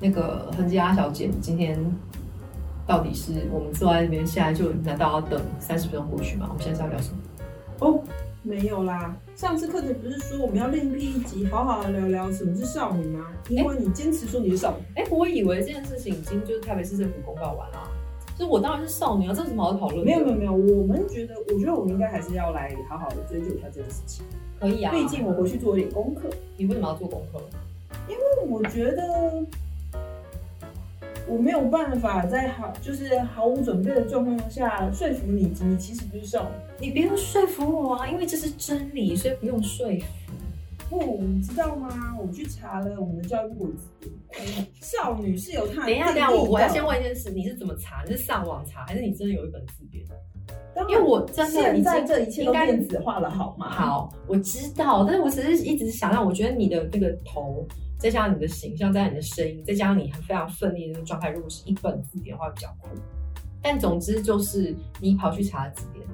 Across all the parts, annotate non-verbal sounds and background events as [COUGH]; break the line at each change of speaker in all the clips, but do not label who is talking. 那个痕迹拉小姐今天到底是我们坐在那边，现在就难道要等三十分钟过去吗？我们现在是要聊什么？
哦，没有啦。上次课程不是说我们要另辟一集，好好地聊聊什么是少女吗？因为你坚持说你是少女，
哎、我以为这件事情已经就是台北市政府公告完了，所以我当然是少女啊，这有什么好讨论的？
没有没有没有，我们觉得，我觉得我们应该还是要来好好的追究一下这件事情。
可以啊，
毕竟我回去做一点功课，
你为什么要做功课？
我觉得我没有办法在好就是毫无准备的状况下说服你，你其实不是少女。
你不用说服我啊，因为这是真理，所以不用说服。
不，哦你知道吗？我去查了我们的教育部的
[LAUGHS]
字典，少女是有她的
等一下，
定
等一下，我
义
我要
的
先问一件事，你是怎么查？你是上网查，还是你真的有一本字典？
当然
因为我真的
现在
已经
这一切都
应该
电子化了，好吗？，
好，我知道，但是我只是一直想让，我觉得你的那个头，再加上你的形象，再加上你的声音，再加上你非常奋力的那个状态，如果是一本字典的话比较酷。但总之就是你跑去查字典，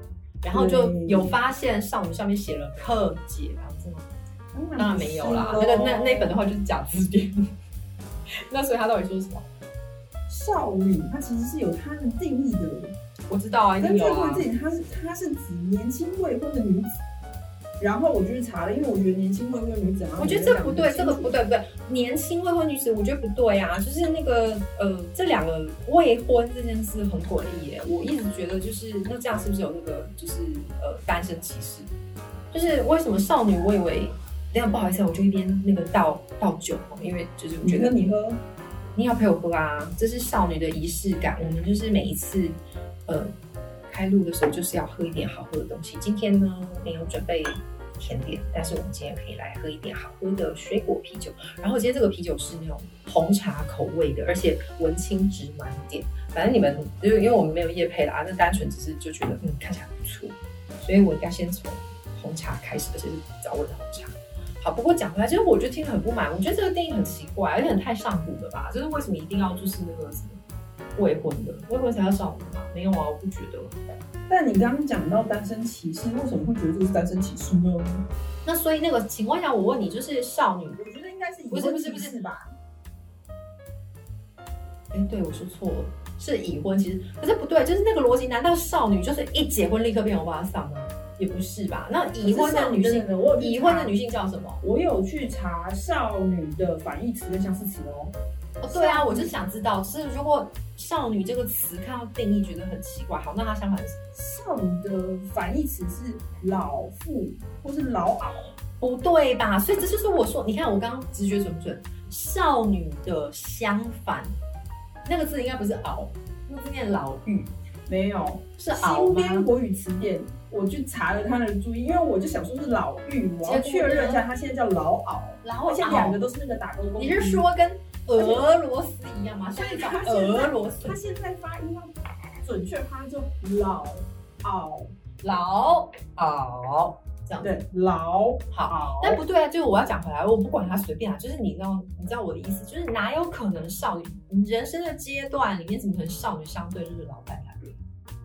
然后就
对
有发现上午上面写了克姐，然后这么当然没有啦，那
是咯
个那那本的话就是假字典。 [LAUGHS] 那所以他到底说什么？
少女，它其实是有它的定义的。
我知道啊，一定
根据
有
它
啊
自。己，它是它是指年轻未婚的女子。然后我就去查了，因为我觉得年轻未婚的女子好像
我觉得这不对，这个不对，不对。年轻未婚女子，我觉得不对啊。就是那个呃，这两个未婚这件事很诡异耶。我一直觉得就是那这样是不是有那个就是呃单身歧视？就是为什么少女，我以为，那样不好意思啊，我就一边那个倒倒酒，因为就是我
你
觉得
跟你喝，
你要陪我喝啊，这是少女的仪式感。我们就是每一次，呃，开录的时候就是要喝一点好喝的东西。今天呢，没有准备甜点，但是我们今天可以来喝一点好喝的水果啤酒。然后今天这个啤酒是那种红茶口味的，而且文青值满点。反正你们就是因为我们没有夜配啦，那单纯只是就觉得嗯看起来不错，所以我应该先从红茶开始，而且是早味的红茶。好，不过讲回来，其实我就听得很不满，我觉得这个定义很奇怪，而且很太上古了吧？就是为什么一定要就是那个什么未婚的，未婚才叫少女嘛？没有啊，我不觉得。
但你刚刚讲到单身歧视，为什么会觉得这是单身歧视呢？
那所以那个，请问一下，我问你，就是少女？
我觉得应该是已
不是
婚
不是
歧
不是
视吧？
哎，对我说错了，是已婚，其实可是不对，就是那个逻辑，难道少女就是一结婚立刻变欧巴桑吗？也不是吧？那已婚的女性，
的，我有去
已
查
婚的女性叫什么？
我有去查少女的反义词跟相似词哦。
哦，对啊，我就想知道，是如果少女这个词看到定义觉得很奇怪，好，那它相反是什么
少女的反义词是老妇或是老媪，
不对吧？所以这就是我说，你看我刚刚直觉准不准？少女的相反，那个字应该不是熬，那个字念老妪，
没有。
是熬吗？
新编国语词典，我去查了它的注意，因为我就想说是老妪，我要确认一下，它现在叫老媪，
然后
而且两个都哦是那个打勾勾。
你是？说跟俄罗斯一样吗？像一
对
种
它现在
俄罗斯
它现在发音要准确，它就老媪，
老熬这样子。
对，老
好，
媪。
但不对啊，就是我要讲回来，我不管他随便啊，就是你知道，你知道我的意思，就是哪有可能少女？你人生的阶段里面怎么可能少女相对就是老太太？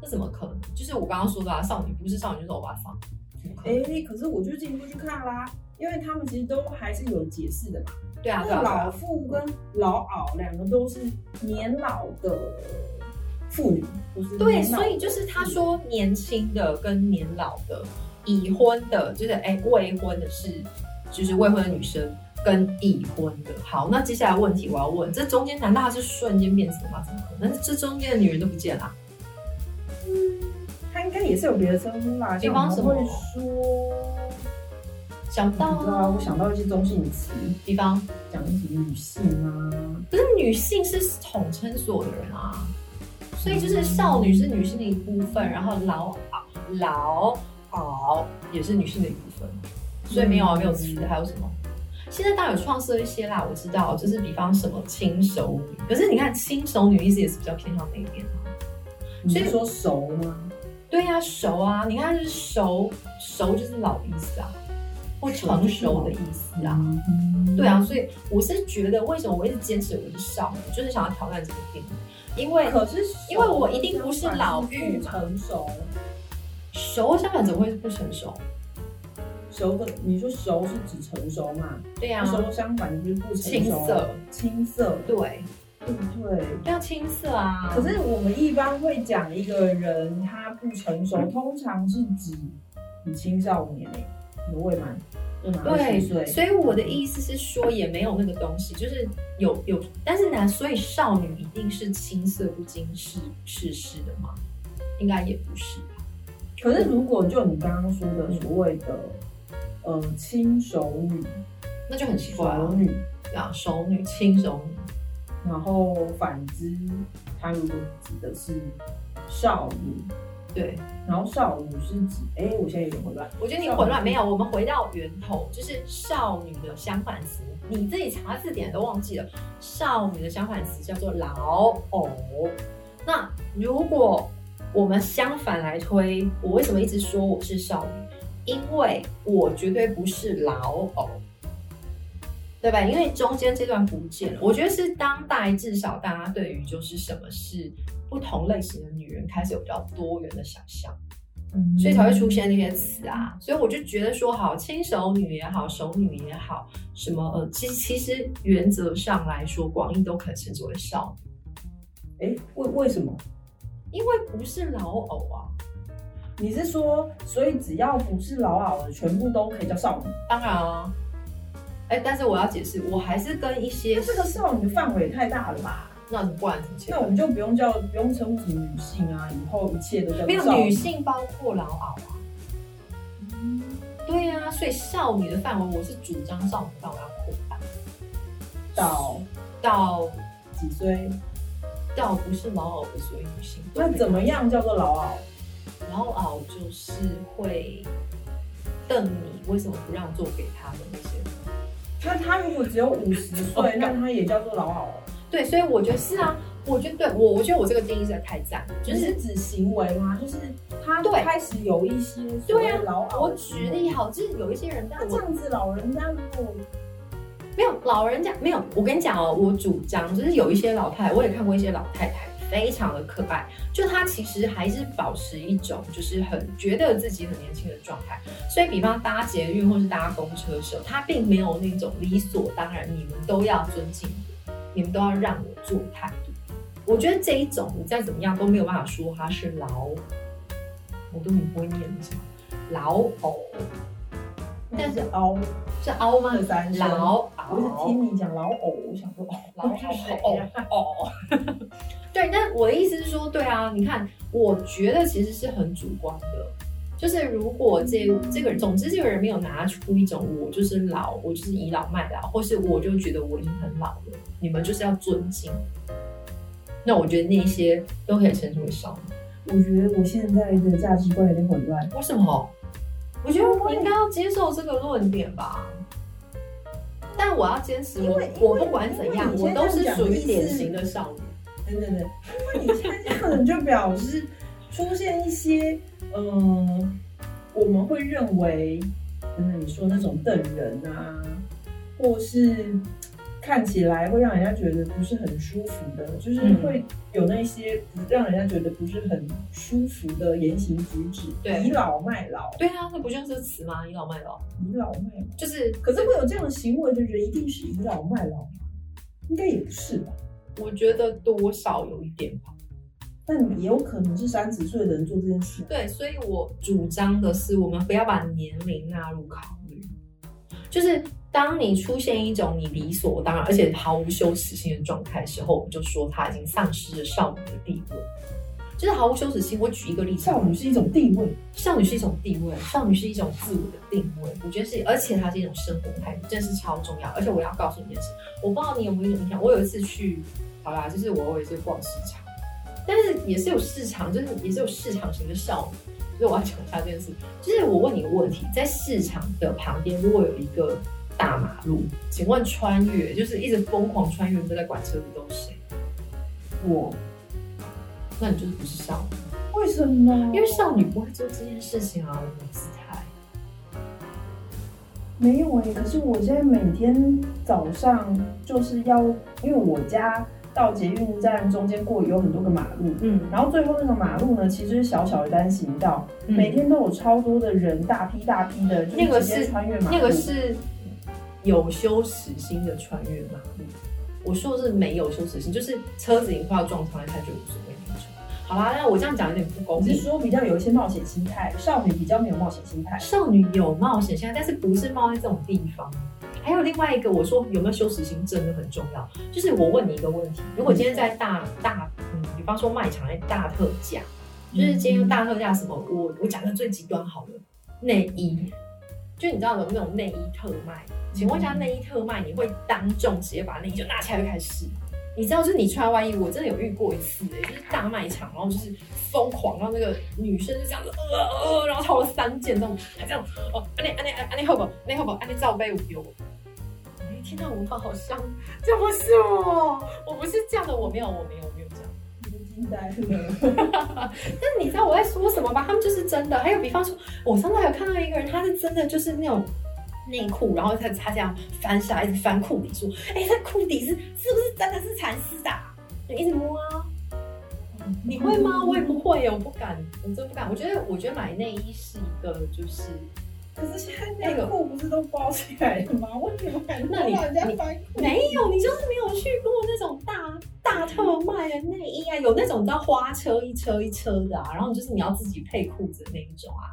这怎么可能？就是我刚刚说的啊，少女不是少女就是欧巴桑，怎么可
哎、
能？
可是我就进一步去看啦，因为他们其实都还是有解释的嘛。
对啊，
那
对啊，
个
对
老
啊
妇跟老媪两个都是年老的妇女，不是
对，
年老
所以就是他说年轻的跟年老的，已婚的，就是哎、未婚的是，就是未婚的女生跟已婚的。好，那接下来问题我要问，这中间难道它是瞬间变成吗？怎么可能？这中间的女人都不见了啊、
她应该也是有别的称呼啦，
比
像
方
我
什么
们会说，
想
不知道啊，
到
我想到一些中性词，
比方，
讲什么女性啊，
可是女性是统称所有的人啊，所以就是少女是女性的一部分，然后老老老也是女性的一部分，所以没有啊，没有词，还有什么？现在当然有创设一些啦，我知道，就是比方什么轻熟女，可是你看轻熟女意思也是比较偏向那一边啊。
你
所以
是说熟吗？
对呀、熟啊，你看就是熟，熟就是老意思啊，或成熟的意思啊。
嗯
对，啊，所以我是觉得，为什么我一直坚持我是少女，就是想要挑战这个定义，因为
可是熟
因为我一定不是老妪嘛
不成熟，
熟相反怎么会是不成熟？
熟的，你说熟是指成熟嘛？
对呀、
那熟相反就是不成
青
熟，
涩，
青涩，
对，
对不对？
要青涩啊。
可是我们一般会讲一个人他不成熟，通常是指你青少年、欸，你会吗？对吗？
对
20，岁，
所以我的意思是说，也没有那个东西，就是有有，但是呢，所以少女一定是青涩不经世世事的吗？应该也不是吧。
可是如果就你刚刚说的所谓的，呃，轻熟女、
那就很奇怪
熟
了。
女，
啊，熟女、轻熟女，
然后反之，她如果指的是少女，
对
然后少女是指，哎、我现在有点混乱，
我觉得你混乱没有？我们回到源头，就是少女的相反词，你自己查字典都忘记了。少女的相反词叫做老偶。那如果我们相反来推，我为什么一直说我是少女？因为我绝对不是老偶，对吧？因为中间这段不见了，我觉得是当代至少大家对于就是什么是不同类型的女人开始有比较多元的想象。所以才会出现那些词啊。所以我就觉得说，好，轻熟女也好，熟女也好，什么呃，其实其实原则上来说，广义都可以称之为少女，
哎、为为什么？
因为不是老偶啊。
你是说，所以只要不是老老的，全部都可以叫少女？
当然啊，哎、但是我要解释，我还是跟一些
那这个少女的范围也太大了吧？
那你不然怎么解
那我们就不用叫，不用称呼什么女性啊，以后一切都叫
没有
少
女性包括老偶啊。
嗯
对呀、啊，所以少女的范围，我是主张少女范围要扩大
到
到
几岁？
到不是老偶的所有女性。
那怎么样叫做老老？
然后啊，我就是会瞪你，为什么不让座给他们那些？
那她如果只有五十 [LAUGHS] 岁，那她也叫做老老了？
对，所以我觉得是啊，我觉得对我，我觉得我这个定义实在太赞了，就
就是是指行为吗？就是她
对
开始有一些所谓老老。
我举例。好，就是有一些人，但
那这
我
样子，老人家如果
没有老人家没有，我跟你讲哦，我主张就是有一些老太，我也看过一些老太太。非常的可爱，就她其实还是保持一种就是很觉得自己很年轻的状态，所以比方搭捷运或是搭公车的时候，她并没有那种理所当然，你们都要尊敬我，你们都要让我做态度。我觉得这一种你再怎么样都没有办法说她是老，我都不会念了是吗？老哦偶
但是凹
是凹吗
二？三声，
老
我是
袄，
听你讲老偶，我想说哦，
老
是谁
袄
呀？
哦， [LAUGHS] 对，但我的意思是说，对啊，你看，我觉得其实是很主观的，就是如果这这个人，总之这个人没有拿出一种我就是老，我就是倚老卖老，或是我就觉得我已经很老了，你们就是要尊敬，那我觉得那些都可以称之为少女。
我觉得我现在的价值观有点混乱。
为什么？我觉得我应该要接受这个论点吧。但我要坚持，
因
我
为因为
我不管怎样，
因
我
为你
都是
现在
属
讲的
于
意思
典型的少女。
等等等，因为你现在这样就表示出现一些，嗯，我们会认为，等等你说那种瞪人啊，或是看起来会让人家觉得不是很舒服的，就是
嗯
会有那些不让人家觉得不是很舒服的言行举止，
对
倚老卖老，
对啊，那不就是个词吗？倚老卖老，
倚老卖老。
就是
可是会有这样的行为的人，一定是倚老卖老吗？应该也不是吧。
我觉得多少有一点吧。
但也有可能是三十岁的人做这件事啊、
对，所以我主张的是，我们不要把年龄纳入考虑。就是当你出现一种你理所当然，而且毫无羞耻心的状态的时候，我们就说他已经丧失了少女的地位。就是毫无羞耻心。我举一个例子，
少女是一种地位，
少女是一种地位，少女是一种自我的定位，我觉得是，而且它是一种生活态度，真的是超重要。而且我要告诉你一件事，我不知道你有没有印象，我有一次去，好啦，就是我有一次逛市场，但是也是有市场，就是也是有市场型的少女。所以我要讲一下这件事，就是我问你一个问题，在市场的旁边如果有一个大马路，请问穿越就是一直疯狂穿越都在管车的都是谁？
我
那你就是不是少女，
为什么？
因为少女不会做这件事情啊，我们姿态。
没有哎、可是我现在每天早上就是要，因为我家到捷运站中间过有很多个马路，
嗯，
然后最后那个马路呢，其实是小小的单行道，每天都有超多的人大批大批的，就
那个
直接
是
穿越马路，
那个是有羞耻心的穿越马路。我说的是没有羞耻心，就是车子已经快要撞上来，他就无所谓那种。好啦，那我这样讲有点不公
只
平
是。说比较有一些冒险心态，少女比较没有冒险心态。
少女有冒险心，但是不是冒在这种地方。还有另外一个，我说有没有羞耻心真的很重要。就是我问你一个问题，如果今天在大大，嗯，比方说卖场在大特价，就是今天大特价什么，我我讲个最极端好了，内衣，就你知道有那种内衣特卖，请问一下内衣特卖，你会当众直接把内衣就拿起来就开始试？你知道，就是你穿外衣，我真的有遇过一次、欸，就是大卖场，然后就是疯狂，然后那个女生就这样子，呃呃，然后套了三件这种，还这样，哦，安尼安尼安尼好不好？安尼好不好？安尼罩杯有有。哎，天哪，我好好伤，这不是我，我不是这样的，我没有，我没有，我没有这样。
牛津呆了，
但你知道我在说什么吧？他们就是真的。还有，比方说，我上次还有看到一个人，他是真的就是那种内裤，然后他他这样翻下来，一直翻裤底，说：“哎、他裤底是是不是真的是蚕丝的啊？”就一直摸啊。你会吗？我也不会耶，我不敢，我真的不敢。我觉得，我觉得买内衣是一个，就是
可是现在内裤不是都包起来了吗？我怎么敢
那你
让人家翻裤？
没有，你就是没有去过那种大大特卖的内衣啊，有那种你知道花车一车一车的啊，然后你就是你要自己配裤子的那一种啊。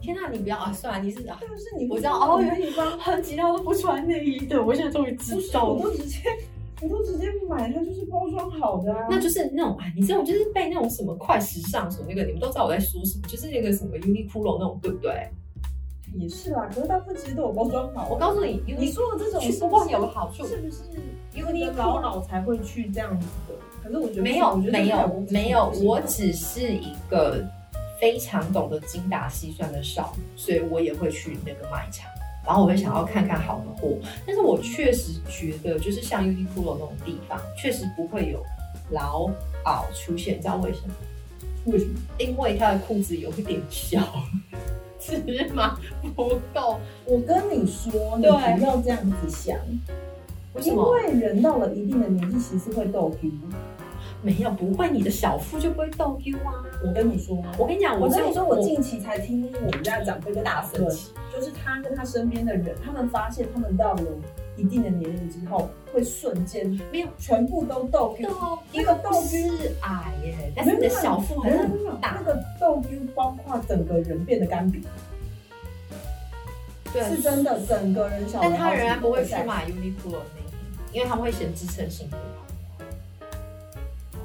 天呐，你不要啊！算了，你是啊，
但是你
我知道哦，
原
原来
地方
很急到都不穿内衣的，我现在终于
不
知
是，
道
我
了。
都直接，我都直接买，它就是包装好的啊。
那就是那种哎，你这种就是被那种什么快时尚什么那个，你们都知道我在说什么，就是那个什么 Uniqlo 那种，对不对？
也是啦，可是大部分其实都有包装好。
我告诉你
你
，Uniqlo
说的这种
去
是
不
不
逛
是
有个好处，
是不是
因
有
为你
你老老才会去这样子的？可是我觉得
没有
我觉得
没
这个
有
公司
没有
不，行
我只是一个非常懂得精打细算的少女，所以我也会去那个卖场，然后我会想要看看好的货。但是我确实觉得，就是像 Uniqlo 那种地方，确实不会有劳保出现，你知道为什么？
为什么？
因为他的裤子有一点小， [LAUGHS] 尺码不够。
我跟你说，你
对
不要这样子想，
为什
因
么？
为人到了一定的年纪，其实会逗逼。
没有，不会，你的小腹就不会逗 U 啊！
我跟你说，
我跟你讲，
我
这
跟你说，我近期才听我们家长辈跟大生气，就是他跟他身边的人，他们发现他们到了一定的年龄之后，会瞬间
没有
全部都逗逼。
逗，
那个逗逼
是矮耶，但是你的小腹还
没
是啊
有
很
没有
大
那个逗逼包括整个人变得干瘪，
对
是真的，整个人小。
但他仍然不会去。买 Uniqlo 内衣，因为他们会嫌支撑性不好。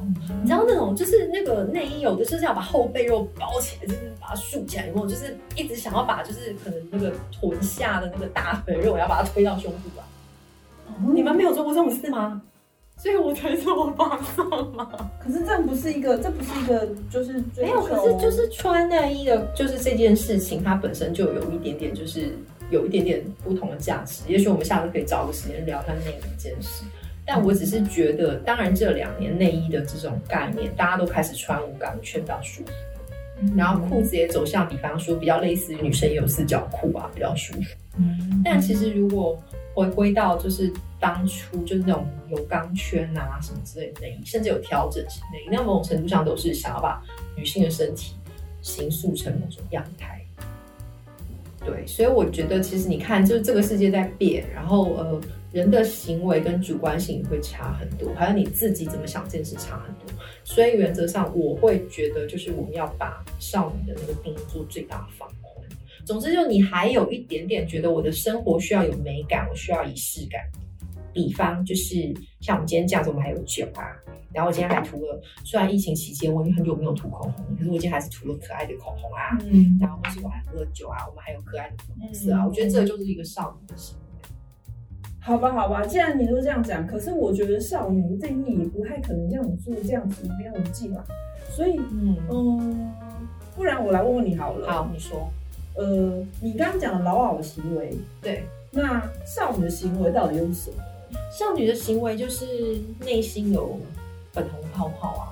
嗯
你知道那种就是那个内衣，有的就是要把后背肉包起来，就是把它竖起来，然后就是一直想要把就是可能那个臀下的那个大腿肉，我要把它推到胸部啊。你们没有做过这种事吗？所以我才说我放松嘛。
可是这不是一个，这不是一个，就是追
没有，
求
可是就是穿内衣的，就是这件事情，它本身就有一点点，就是有一点点不同的价值。也许我们下次可以找个时间聊一下内衣这件事。但我只是觉得，当然这两年内衣的这种概念，大家都开始穿无感觉到舒服，
嗯
然后裤子也走向，比方说比较类似于女生也有四角裤啊，比较舒服。
嗯
但其实如果回归到就是当初就是那种有钢圈啊什么之类的内衣，甚至有调整型内衣，那某种程度上都是想要把女性的身体形塑成某种样态。对，所以我觉得其实你看，就是这个世界在变，然后呃，人的行为跟主观性也会差很多，还有你自己怎么想这件事差很多。所以原则上我会觉得，就是我们要把少女的那个定义做最大放宽。总之，就你还有一点点觉得我的生活需要有美感，我需要仪式感。比方就是像我们今天这样子，我们还有酒啊，然后我今天还涂了，虽然疫情期间我已经很久没有涂口红，可是我今天还是涂了可爱的口红啊，
嗯，
然后或是我还喝了酒啊，我们还有可爱的粉红色啊，我觉得这就是一个少女的行为。
好吧，好吧，既然你都这样讲，可是我觉得少女这定义也不太可能让你做这样子无边无际嘛。所以，
嗯，
嗯，不然我来问问你好了。，
好，你说，
呃，你刚刚讲的老媪的行为，
对，
那少女的行为到底又是什么？
少女的行为就是内心有粉红泡泡啊，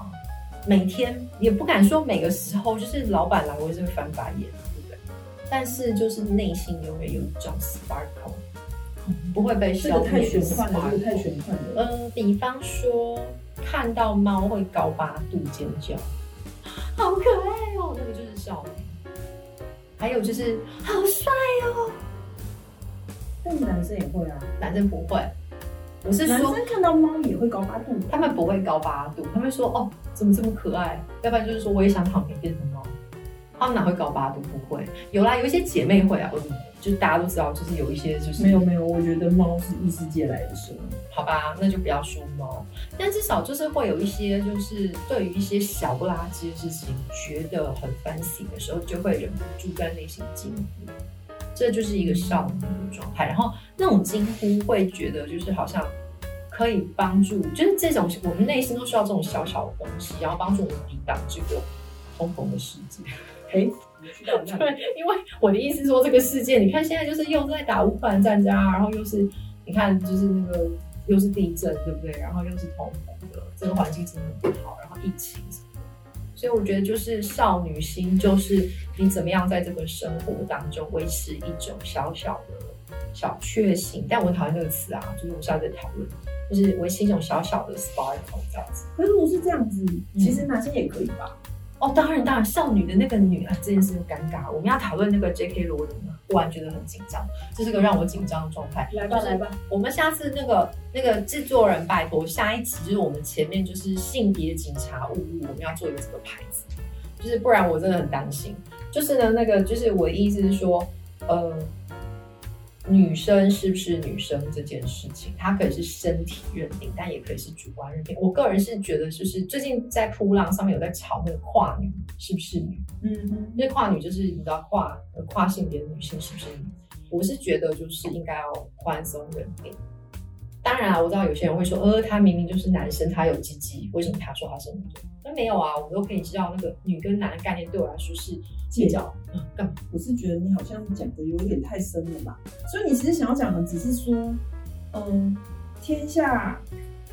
每天也不敢说每个时候，就是老板来我也是会翻白眼，对不对？但是就是内心永远有一种 sparkle，不会被
这
消
个太
灭
玄幻了，
化
这个太玄幻了。
嗯，比方说看到猫会高八度尖叫，好可爱哦，那个就是少女。还有就是好帅，
但男生也会啊，
男生不会，我是
男
说
生看到猫也会高八度，
他们不会高八度，他们说哦怎么这么可爱，要不然就是说我也想躺平变成猫，他们哪会高八度？不会，有啦，有一些姐妹会啊，我就是大家都知道，就是有一些就是
没有没有，我觉得猫是异世界来的生物。
好吧，那就不要说猫，但至少就是会有一些，就是对于一些小不拉几的事情觉得很 fancy 的时候，就会忍不住在内心惊呼，这就是一个少女的状态。然后那种惊呼会觉得就是好像可以帮助，就是这种我们内心都需要这种小小的东西，然后帮助我们抵挡这个通膨的世界。 [LAUGHS]
哎，你去到 [LAUGHS] 那里，
对，因为我的意思是说，这个世界，你看现在就是又在打乌克兰战争啊，然后又是你看就是那个又是地震，对不对？然后又是通膨的，这个环境真的不好，然后疫情什么的。所以我觉得就是少女心，就是你怎么样在这个生活当中维持一种小小的小确幸。但我很讨厌这个词啊，就是我们下次再讨论，就是维持一种小小的 sparkle 这样子。
可是我是这样子，其实男生也可以吧？
哦，当然，当然，少女的那个女啊，这件事就尴尬。我们要讨论那个 J.K. 罗琳啊，忽然觉得很紧张，这是个让我紧张的状态。
来吧来吧，
我们下次那个那个制作人拜托，下一集就是我们前面就是性别警察误入，我们要做一个这个牌子，就是不然我真的很担心。就是呢，那个就是我的意思是说，呃，女生是不是女生这件事情，它可以是身体认定，但也可以是主观认定。我个人是觉得，就是最近在扑浪上面有在吵那个跨女是不是女，
嗯，
因为跨女就是你知道跨呃跨性别的女性是不是？我是觉得就是应该要宽松认定。当然啊，我知道有些人会说，呃，他明明就是男生，他有鸡鸡，为什么他说他是女的？那没有啊，我们都可以知道那个女跟男的概念对我来说是比较嗯干嘛？
我是觉得你好像讲的有点太深了吧？所以你其实想要讲的只是说，嗯，天下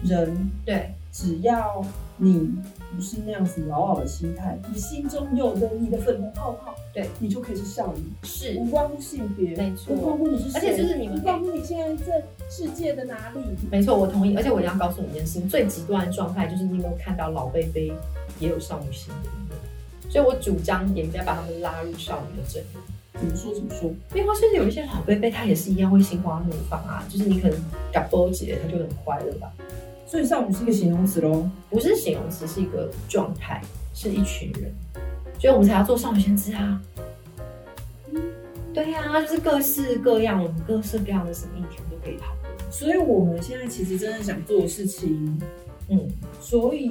人
对
只要你不是那样子老老的心态，你心中有的你的粉红泡泡，
对
你就可以是少女，
是
无，关乎性别，
没错
无关乎你是
而
谁，
且就是你们
无关乎你现在在世界的哪里，
没错，我同意。而且我要告诉你一件事情，最极端的状态就是你有没有看到老贝贝也有少女心的一面？所以我主张也应该把他们拉入少女的阵营。
怎么说怎么说，
因为甚至有一些老贝贝，他也是一样会心花怒放啊，就是你可能感波姐，他就很快乐吧。
所以少女是一个形容词喽。
不是形容词，是一个状态，是一群人，所以我们才要做少女先知啊。嗯对呀、啊就是各式各样，我们各式各样的什么议题我们都可以讨论。
所以我们现在其实真的想做的事情，
嗯，
所以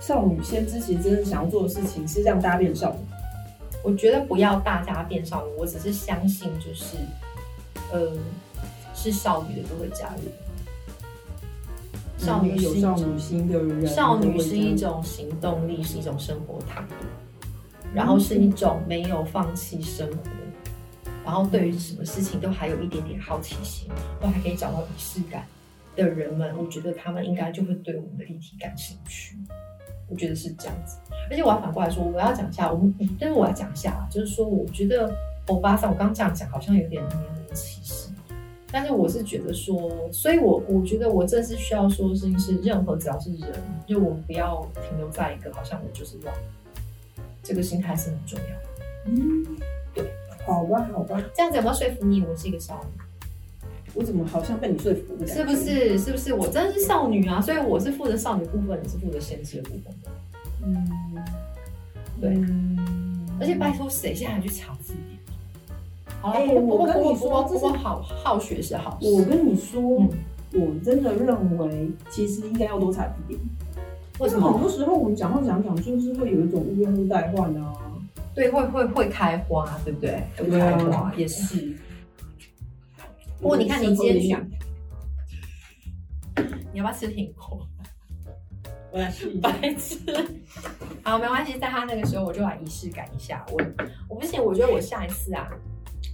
少女先知其实真的想要做的事情是让大家变少女。
我觉得不要大家变少女，我只是相信就是，呃，是少女的都会加入。少女
嗯有
是一
少
种
女心的人，
少女是一种行动力，是一种生活态度，然后是一种没有放弃生活，然后对于什么事情都还有一点点好奇心，都还可以找到仪式感的人们，我觉得他们应该就会对我们的议题感兴趣。我觉得是这样子，而且我要反过来说，我要讲一下，我们，但是我要讲一下啊，就是说，我觉得欧巴桑，我刚刚这样讲好像有点年龄歧视，但是我是觉得说，所以我我觉得我这次需要说的事情是，任何只要是人，就我们不要停留在一个好像我就是要，这个心态是很重要的。
嗯，好吧，好吧，
这样子有没有说服你？我是一个少女，
我怎么好像被你说服了？
是不？是？是不是？我真的是少女啊！所以我是负责少女部分，你是负责先知的部分。
嗯，
对
嗯
而且拜托，谁现在还去查字典？好了，
哎
不过不
我
过
跟
不过
你说
不过
这
不
是
过好好学是好事。
我跟你说，
嗯，
我真的认为其实应该要多查字典。
为什
因很
么？
多时候我们讲话讲讲，就是会有一种无用物代换
哦
啊。
对，会会会开花，对不对？会
对啊
开花也是。不过你看，
我
你
的生活
今天
里
选，你要不要吃苹果？
我来试一下。
白痴。好，没关系，在他那个时候我就来仪式感一下。我我不行，我觉得我下一次啊，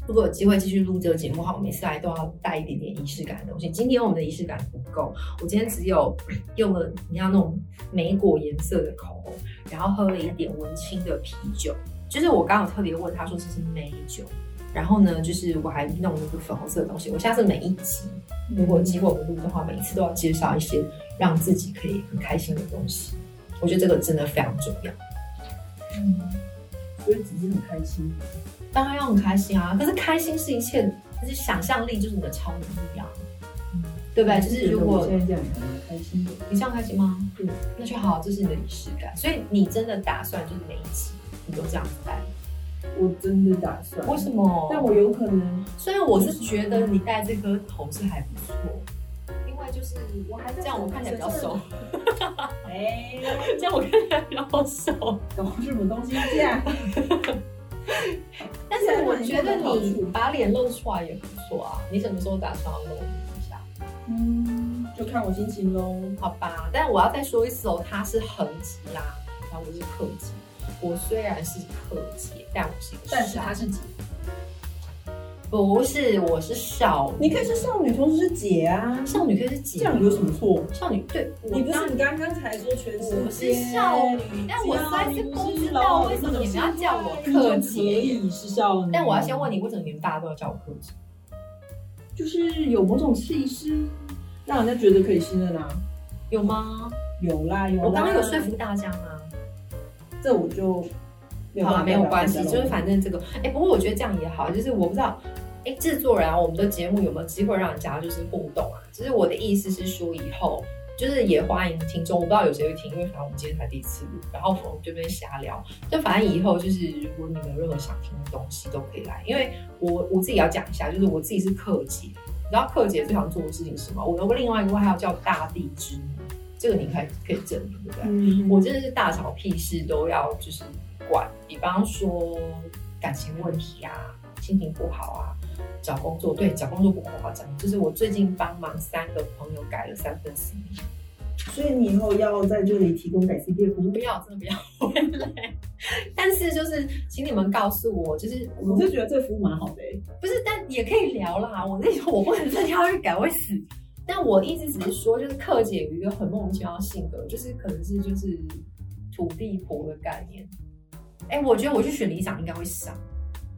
如果有机会继续录这个节目哈，我每次来都要带一点点仪式感的东西。今天我们的仪式感不够，我今天只有 [COUGHS] 用了你要那种莓果颜色的口红，然后喝了一点文青的啤酒。就是我刚刚有特别问他说这是美酒，然后呢，就是我还弄了一个粉红色的东西。我下次每一集，如果机会我们录的话，每一次都要介绍一些让自己可以很开心的东西。我觉得这个真的非常重要。
嗯，所以只是很开心。
当然要很开心啊，可是开心是一切，就是想象力就是你的超能力啊，
嗯
对不对？就是如
我
果
现在这样也蛮开心的，
你这样开心吗？
对，
那就好，这是你的仪式感。所以你真的打算就是每一集你都这样子带？
我真的打算。
为什么？
但我有可能
虽然我是觉得你戴这颗头是还不错，另外就是我还这样我看起来比较 [LAUGHS] 熟，
[LAUGHS] 哎，
这样我看起来比较熟。
搞什么东西这样？
但是我觉
啊
得你把脸露出来也不错啊。你什么时候打算要露一下？
嗯，就看我心情喽。
好吧，但我要再说一次哦，他是横级啦，然后我是克级。我虽然是克级，但我是一个
但是
少
她是姐，
不是我是少
你
女，
可以是少女，同时是姐啊，
少女可以是
这
几？
样有什么错？
少女对，我
你不
当
是你刚刚才说全世界，
我是少女，但我实在是不知道为什么你们要叫我克姐。
你是少女，
但我要先问你，为什么你们大家都要叫我克姐？
就是有某种气势，让人家觉得可以信任啊。
有吗？
有啦有啦，
我刚刚有说服大家吗？
这我就没有
好
办
啦，
法
没有关系，
代表
就是反正这个，哎、不过我觉得这样也好，就是我不知道，哎、制作人啊，我们的节目有没有机会让人家就是互动啊？就是我的意思是说，以后就是也欢迎听众，我不知道有谁会听，因为反正我们今天才第一次录，然后我们这边瞎聊，就反正以后就是如果你们有任何想听的东西都可以来，因为我我自己要讲一下，就是我自己是克姐，你知道克姐最想做的事情是什么？我有另外一个外号叫大地之母，这个你可以可以证明，对不对？
嗯
我真的是大小屁事都要就是管，比方说感情问题啊，心情不好啊，找工作，对，找工作不夸张，就是我最近帮忙三个朋友改了三份 CV，
所以你以后要在这里提供改 C 店服务
不。要，真的不要回来。但是就是，请你们告诉我，就是我
我就觉得这服务蛮好的、欸，
不是，但也可以聊啦。我那时候我不能再跳去改，我会死。但我意思只是说，就是克姐有一个很莫名其妙的性格，就是可能是就是土地婆的概念。哎、我觉得我去选理想应该会上。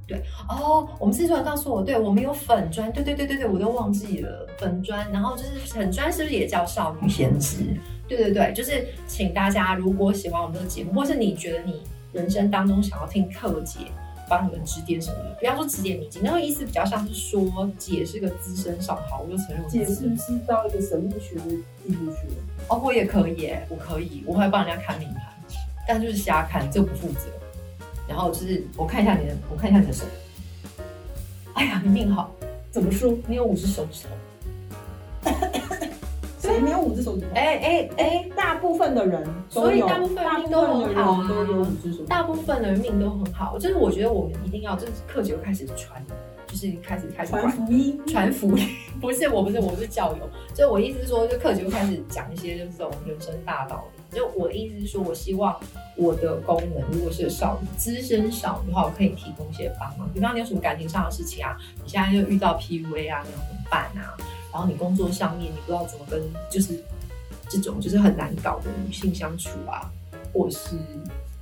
对哦，我们制作人告诉我，对我们有粉砖，对对对对对，我都忘记了粉砖。然后就是粉砖是不是也叫少女先知？对对对，就是请大家如果喜欢我们这个节目，或是你觉得你人生当中想要听克姐帮你们指点什么，不要说指点迷津，那个意思比较像是说姐是个资深少好，我就承认我
解
是资
释
深。
是到一个神秘学的地步去了。
哦，我也可以耶，我可以，我会帮人家看命盘，但就是瞎看，这个不负责。然后就是我看一下你的，我看一下你的手。哎呀，你命好，
怎么说？
你有五只手指头。啊
谁没有五只手指头？
哎哎哎，
大部分的人都有，
所以大部分
大
人
部
都
分的
很好啊
人都有五只手指头。
大部分的人命都很好，就是我觉得我们一定要，就是课就开始传，就是开始开始
传
管
福音，
传福音， [LAUGHS] 不是我不是我是教友，所以我意思是说，就课就开始讲一些就是这种人生大道理。就我的意思是说，我希望我的功能如果是少女资深少女的话，我可以提供一些帮忙，比方你有什么感情上的事情啊，你现在又遇到 PUA 啊，你要怎么办啊？然后你工作上面你不知道怎么跟就是这种就是很难搞的女性相处啊，或是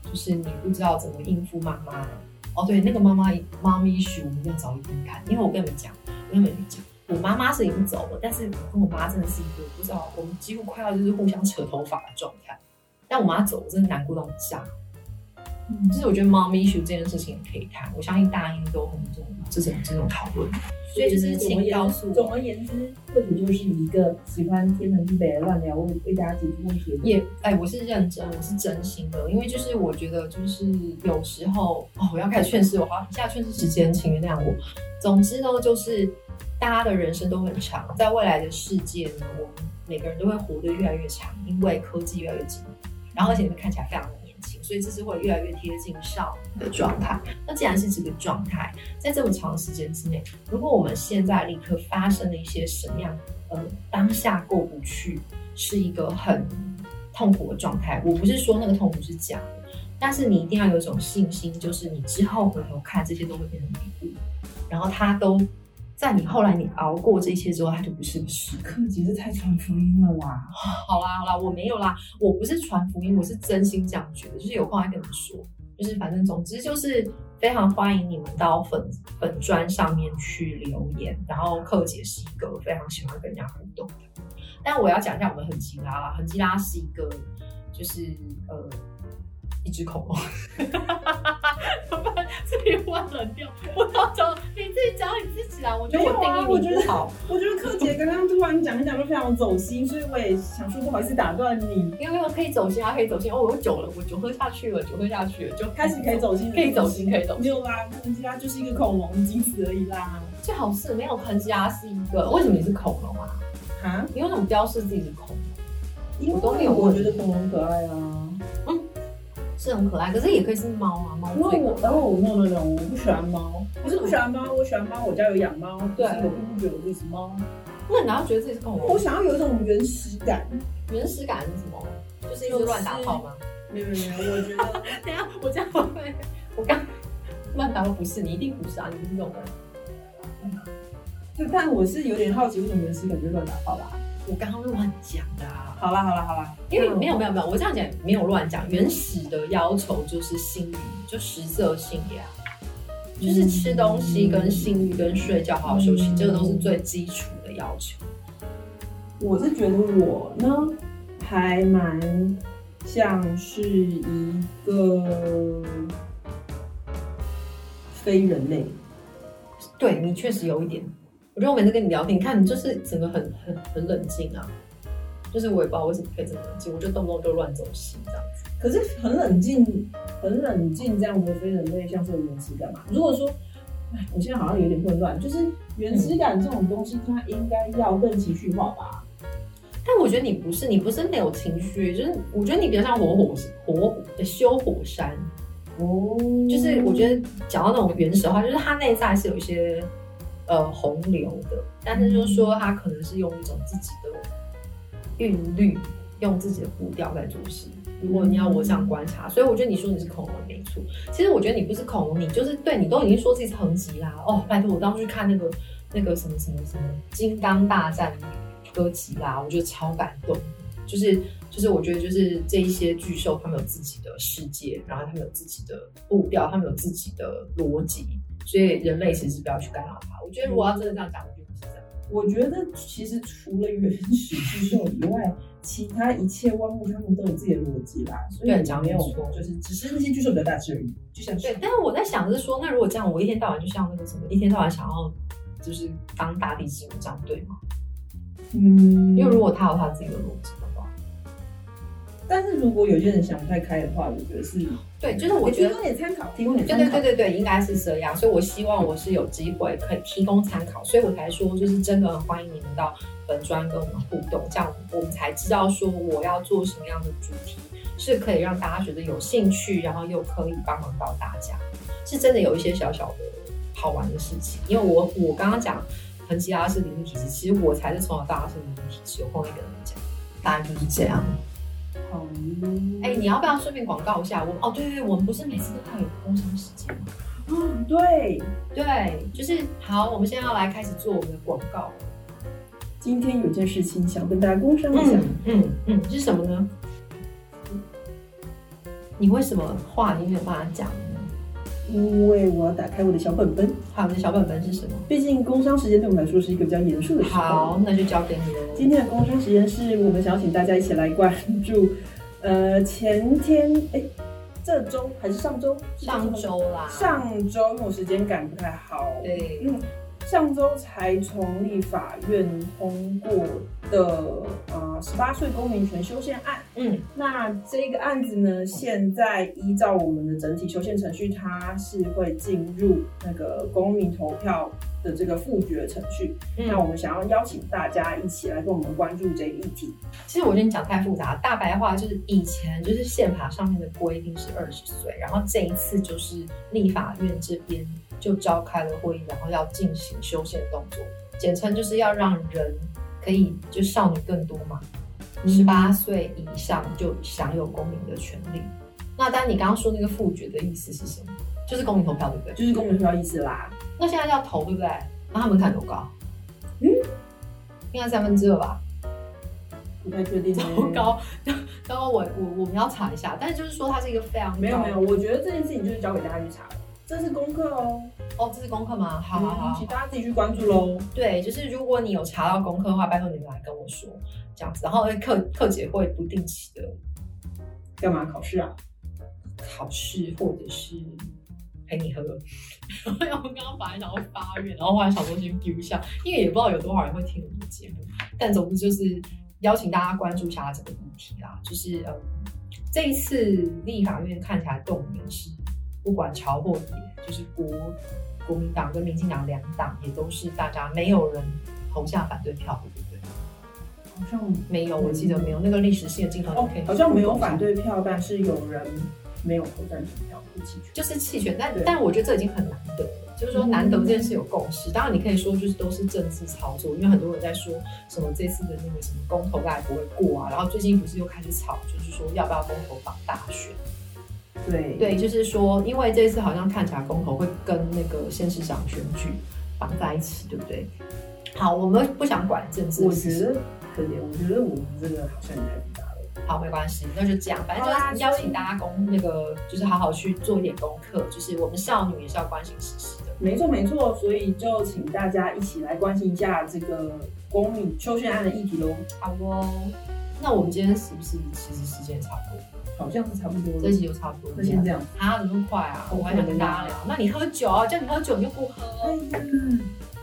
就是你不知道怎么应付妈妈、哦，对，那个妈妈妈咪书我们一定要找一听看，因为我跟你们讲，我跟你们讲，我妈妈是已经走了，但是我跟我妈真的是一个不知道，我们几乎快要就是互相扯头发的状态。但我妈走，我真的难过到炸。
嗯
就是我觉得猫咪 issue 这件事情也可以谈，我相信大家应该都很重这种这种讨论。所以就是请告诉我
总而言之，或许就是一个喜欢天南地北的乱聊，为为大家解决问题的。
也哎，我是认真，我是真心的，因为就是我觉得就是有时候哦，我要开始劝世，我好像一下劝世时间，请原谅我。总之呢，就是大家的人生都很长，在未来的世界呢，我们每个人都会活得越来越长，因为科技越来越进步，然后而且你们看起来非常的年轻，所以这是会越来越贴近少女的状态。那既然是这个状态，在这么长的时间之内，如果我们现在立刻发生了一些什么样，呃，当下过不去，是一个很痛苦的状态。我不是说那个痛苦是假的，但是你一定要有一种信心，就是你之后回头看这些都会变成礼物，然后它都在你后来你熬过这些之后，它就不是个事。
课其实太传福音了啦，
好啦好啦，我没有啦，我不是传福音，我是真心这样觉得，就是有空再跟你们说。就是反正总之就是非常欢迎你们到粉粉砖上面去留言。然后寇姐是一个非常喜欢跟人家互动的，但我要讲一下我们恒吉拉啦，恒吉拉是一个就是呃一只恐 [LAUGHS] 龙，怎么办自己忘了掉？我要讲 [LAUGHS] 你自己讲你自己啦，我觉得
没有啊
我定义你
我觉
不
得
好。
我觉得克姐刚刚突然讲一讲就非常走心，所以我也想说不好意思打断你，
因为我可以走心啊，可以走心。哦，我酒了，我酒喝下去了，酒喝下去了，就
开始可以，走心了，
可以走心，可以走
没
心。
有啦，人家就是一个恐龙，仅此而已啦。
最好是没有喷加是一个，为什么你是恐龙啊？
啊，
你为什么标示自己是恐龙？
因
我都没
为
有
我
问
觉得恐龙可爱啊。
是很可爱，可是也可以是猫啊，猫
因为
最
我，然后我弄了种，我不喜欢猫，不是不喜欢猫，我喜欢猫，我家有养猫，
对
可是我并不觉得我自己是猫，
那你哪要觉得自己是恐
我
龙？
想要有一种原始感。
原始感是什么？就是一直乱打炮吗？
没有没有，没有我觉得
[LAUGHS] 等一下，我这样会不会？我刚乱打炮不是，你一定不是啊，你不是这种人。
[LAUGHS] 就，但我是有点好奇，为什么原始感就乱打炮啦？
[LAUGHS] 我刚刚乱讲的啊。
好啦好啦好啦，
因为
那
没有没有没有，我这样讲没有乱讲。原始的要求就是性欲，就食色性也啊，就是吃东西、跟性欲、跟睡觉、好好休息，
嗯
这个都是最基础的要求。
我是觉得我呢，还蛮像是一个非人类。
对你确实有一点，我觉得我每次跟你聊天，你看你就是整个很很很冷静啊，就是我也不知道为什么可以这么冷静，我就动不动就乱走心这样子。
可是很冷静，很冷静，这样的非人类像是有原始感嘛？如果说，哎，我现在好像有点混乱，就是原始感这种东西，它应该要更情绪化吧？
但我觉得你不是，你不是没有情绪，就是我觉得你比较像活火活火修火山。
哦，
就是我觉得讲到那种原始的话，就是它内在是有一些呃洪流的，但是就是说它可能是用一种自己的韵律，用自己的步调在做事。如果你要我这样观察，所以我觉得你说你是恐龙没错。其实我觉得你不是恐龙，你就是对你都已经说自己是恒吉拉哦。拜托，我当初去看那个那个什么什么什么《金刚大战哥吉拉》，我觉得超感动。就是就是我觉得就是这一些巨兽，他们有自己的世界，然后他们有自己的步调，他们有自己的逻辑，所以人类其实不要去干扰它。我觉得如果要真的这样讲，我觉得不是这样。
我觉得其实除了原始巨兽以外，其他一切万物它们都有自己的逻辑啦，所以
对讲得
没有
没错，
就是只是那些巨兽比较大只而已，就像
对
是，
但是我在想是说，那如果这样，我一天到晚就像那个什么，一天到晚想要就是当大地之母，这样对吗？
嗯
因为如果他有他自己的逻辑的话，
但是如果有些人想不太开的话，我觉得是，
对，就是我觉得
提。供点参考，提供点
对对
参考，
对对对，应该是这样，所以我希望我是有机会可以提供参考，所以我才说就是真的很欢迎你们到本专跟我们互动，这样我们才知道说我要做什么样的主题是可以让大家觉得有兴趣，然后又可以帮忙到大家，是真的有一些小小的好玩的事情，因为我我刚刚讲很其他是灵异体质，其实我才是从小到大是灵异体质，有空会跟你们讲，大概就是这样。
好，嗯
哎、你要不要顺便广告一下我？哦，对对对，我们不是每次都要有工商时间吗？
嗯，对。
对，就是好，我们现在要来开始做我们的广告。
今天有件事情想跟大家工商一下，
嗯嗯，是什么呢？你为什么话你没有办法讲呢？嗯
因为我要打开我的小本本。
好，你的小本本是什么？
毕竟工商时间对我们来说是一个比较严肃的时候。
好，那就交给你了。
今天的工商时间是我们想要请大家一起来关注， [LAUGHS] 呃，前天哎，这周还是上周？是这
上
吗
周啦，
上周，因为我时间感不太好，
对，
嗯，上周才从立法院通过的呃十八岁公民权修宪案。
嗯
那这个案子呢，现在依照我们的整体修宪程序，它是会进入那个公民投票的这个复决程序。那
嗯，
我们想要邀请大家一起来跟我们关注这个议题。
其实我觉得你讲太复杂，大白话就是以前就是宪法上面的规定是二十岁，然后这一次就是立法院这边就召开了会议，然后要进行修宪动作，简称就是要让人可以就少女更多嘛，十八岁以上就享有公民的权利。那当然，你刚刚说那个复决的意思是什么？就是公民投票，对不对？
就是公民投票意思啦。
那现在要投，对不对？那他们看多高？
嗯，
应该三分之二吧。
不太确定、欸。
糟糕， [LAUGHS] 糟糕，我我我们要查一下。但是就是说，它是一个非常
没有
高
没有，我觉得这件事情就是交给大家去查了。这是功课哦，
哦，这是功课吗？
嗯
好好好
请，大家自己去关注喽。
对，就是如果你有查到功课的话，拜托你们来跟我说这样子。然后呃课课姐会不定期的
干嘛考试啊？
考试，或者是陪你喝。 [LAUGHS] 然后我刚刚本来想要发愿，然后后来想说先丢一下，因为也不知道有多少人会听我们的节目。但总之就是邀请大家关注一下这个议题啦，就是嗯，这一次立法院看起来动员是不管朝或野，就是国国民党跟民进党两党也都是大家没有人投下反对票的，对不对？
好像
没有，我记得没有那个历史性的镜头，
哦
你可以，
好像没有反对票，但是有人没有投赞成票，不弃权。
就是弃权，但
对嗯
但我觉得这已经很难得了，就是说难得这件事有共识。当然，你可以说就是都是政治操作，因为很多人在说什么这次的那个什么公投大概不会过啊，然后最近不是又开始吵，就是说要不要公投绑大选？
对
对，就是说因为这次好像看起来公投会跟那个县市长选举绑在一起，对不对？好，我们不想管政治，
我觉得可怜，我觉得我们这个好像也太复杂了。
好，没关系，那就这样。反正
好啦啊
就是邀
所
请
以
大家公那个，就是好好去做一点功课，就是我们少女也是要关心时事的。
没错没错，所以就请大家一起来关心一下这个公民修宪案的议题喽。
好哦，那我们今天是不是其实时间差不多？
好像是差不多
这
了
一，集就差不多
那先
了。
嗯这样。
啊，怎么那么快啊？我还想跟大家聊。那你喝酒啊，叫你喝酒你就不喝，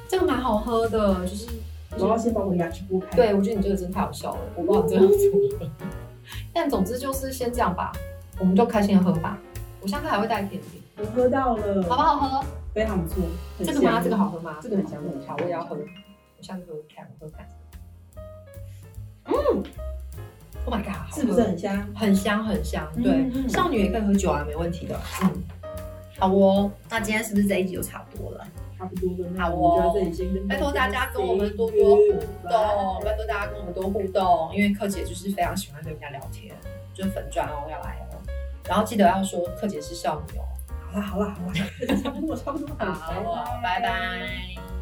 这个蛮好喝的，就是
哎我要先把我的牙齿拨开。，
对我觉得你这个真太好笑了，我不知道你这个怎么喝。但总之就是先这样吧，我们就开心的喝吧。我下次还会带甜点，
我喝到了，
好不好喝？
非常不错。很
这个吗？
香
这个好喝吗？
这个很香很香
好，我也要喝。我下次喝看，我喝看。嗯，Oh my god，好喝
是不是很香？
很香很香？
嗯
对，
嗯
少女也可以喝酒啊，没问题的。嗯，好哦。那今天是不是这一集就差不多了？
差不多了，那
好
我们
哦
就在这里先跟
拜托大家跟我们多
say
多互
goodbye
动，拜托大啊家跟我们多互动，因为克姐就是非常喜欢跟人家聊天，就是粉钻哦要来哦，然后记得要说克姐是少女哦。
[LAUGHS] 好啦好啦好啦，差不多差不多，哦
好哦，拜拜